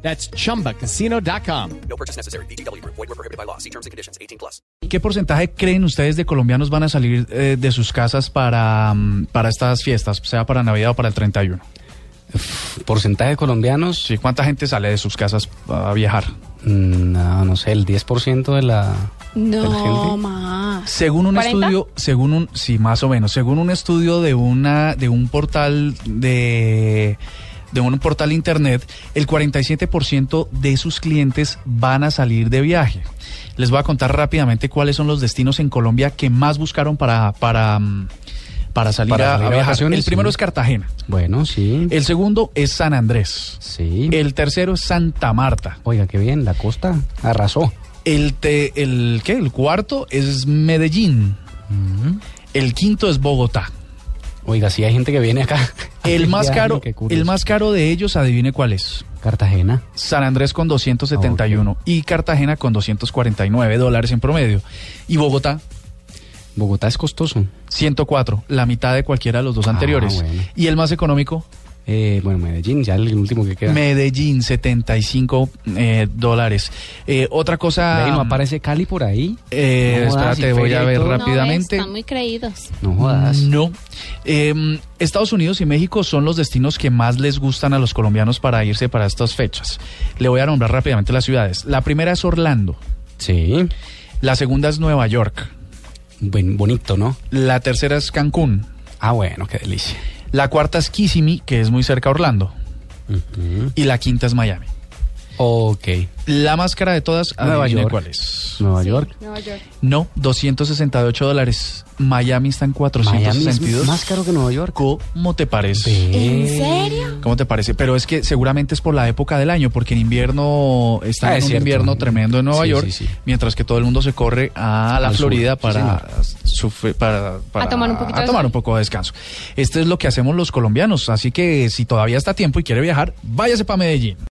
That's chumbacasino.com. No purchase necessary. BGW. Void were prohibited by law. See terms and conditions. 18 plus. ¿Qué porcentaje creen ustedes de colombianos van a salir eh, de sus casas para, mm, para estas fiestas, sea para Navidad o para el 31? porcentaje de colombianos, Sí, ¿Cuánta gente sale de sus casas a viajar? mm, no, no sé, el 10% de la, de la No gente. más. Según un 40? estudio, según un sí, más o menos, según un estudio de una de un portal de de un portal internet, el 47% de sus clientes van a salir de viaje. Les voy a contar rápidamente cuáles son los destinos en Colombia que más buscaron para para mm, para salir a, Para salir a a viajar. vacaciones, El primero sí. es Cartagena. Bueno, sí. El segundo es San Andrés. sí. El tercero es Santa Marta. Oiga, qué bien, la costa arrasó. El, te- el, ¿qué? el cuarto es Medellín. El quinto es Bogotá. Oiga, sí hay gente que viene acá. El más Ya, caro, qué curioso. el más caro de ellos, adivine cuál es. Cartagena. San Andrés con 271 Ah, y Cartagena con 249 dólares en promedio. Y Bogotá, Bogotá es costoso. 104, la mitad de cualquiera de los dos Ah, anteriores. bueno. Y el más económico, Eh, bueno, Medellín, ya el último que queda. Medellín, 75 eh, dólares. Eh, otra cosa... De ahí no aparece Cali por ahí. Eh, No jodas, espérate, y voy feria a y ver todo. rápidamente. No, ves, están muy creídos. No jodas. No. Eh, Estados Unidos y México son los destinos que más les gustan a los colombianos para irse para estas fechas. Le voy a nombrar rápidamente las ciudades. La primera es Orlando, Sí. la segunda es Nueva York, Buen- bonito, ¿no? la tercera es Cancún, Ah, bueno, qué delicia. la cuarta es Kissimmee, que es muy cerca a Orlando, Ujú. y la quinta es Miami. Ok. La más cara de todas, Nueva adivine York. cuál es. Nueva York. Nueva York. No, 268 dólares. Miami está en Miami es 462. más caro que Nueva York. ¿Cómo te parece? ¿En Ve. serio? ¿Cómo te parece? Pero es que seguramente es por la época del año, porque en invierno está Ah, en es un cierto. invierno tremendo en Nueva Sí, York, sí, sí. mientras que todo el mundo se corre a la Al sur, Florida sí, para, sufrir- para, para- A tomar un poquito a de tomar sol. un poco de descanso. Este es lo que hacemos los colombianos, así que si todavía está a tiempo y quiere viajar, váyase para Medellín.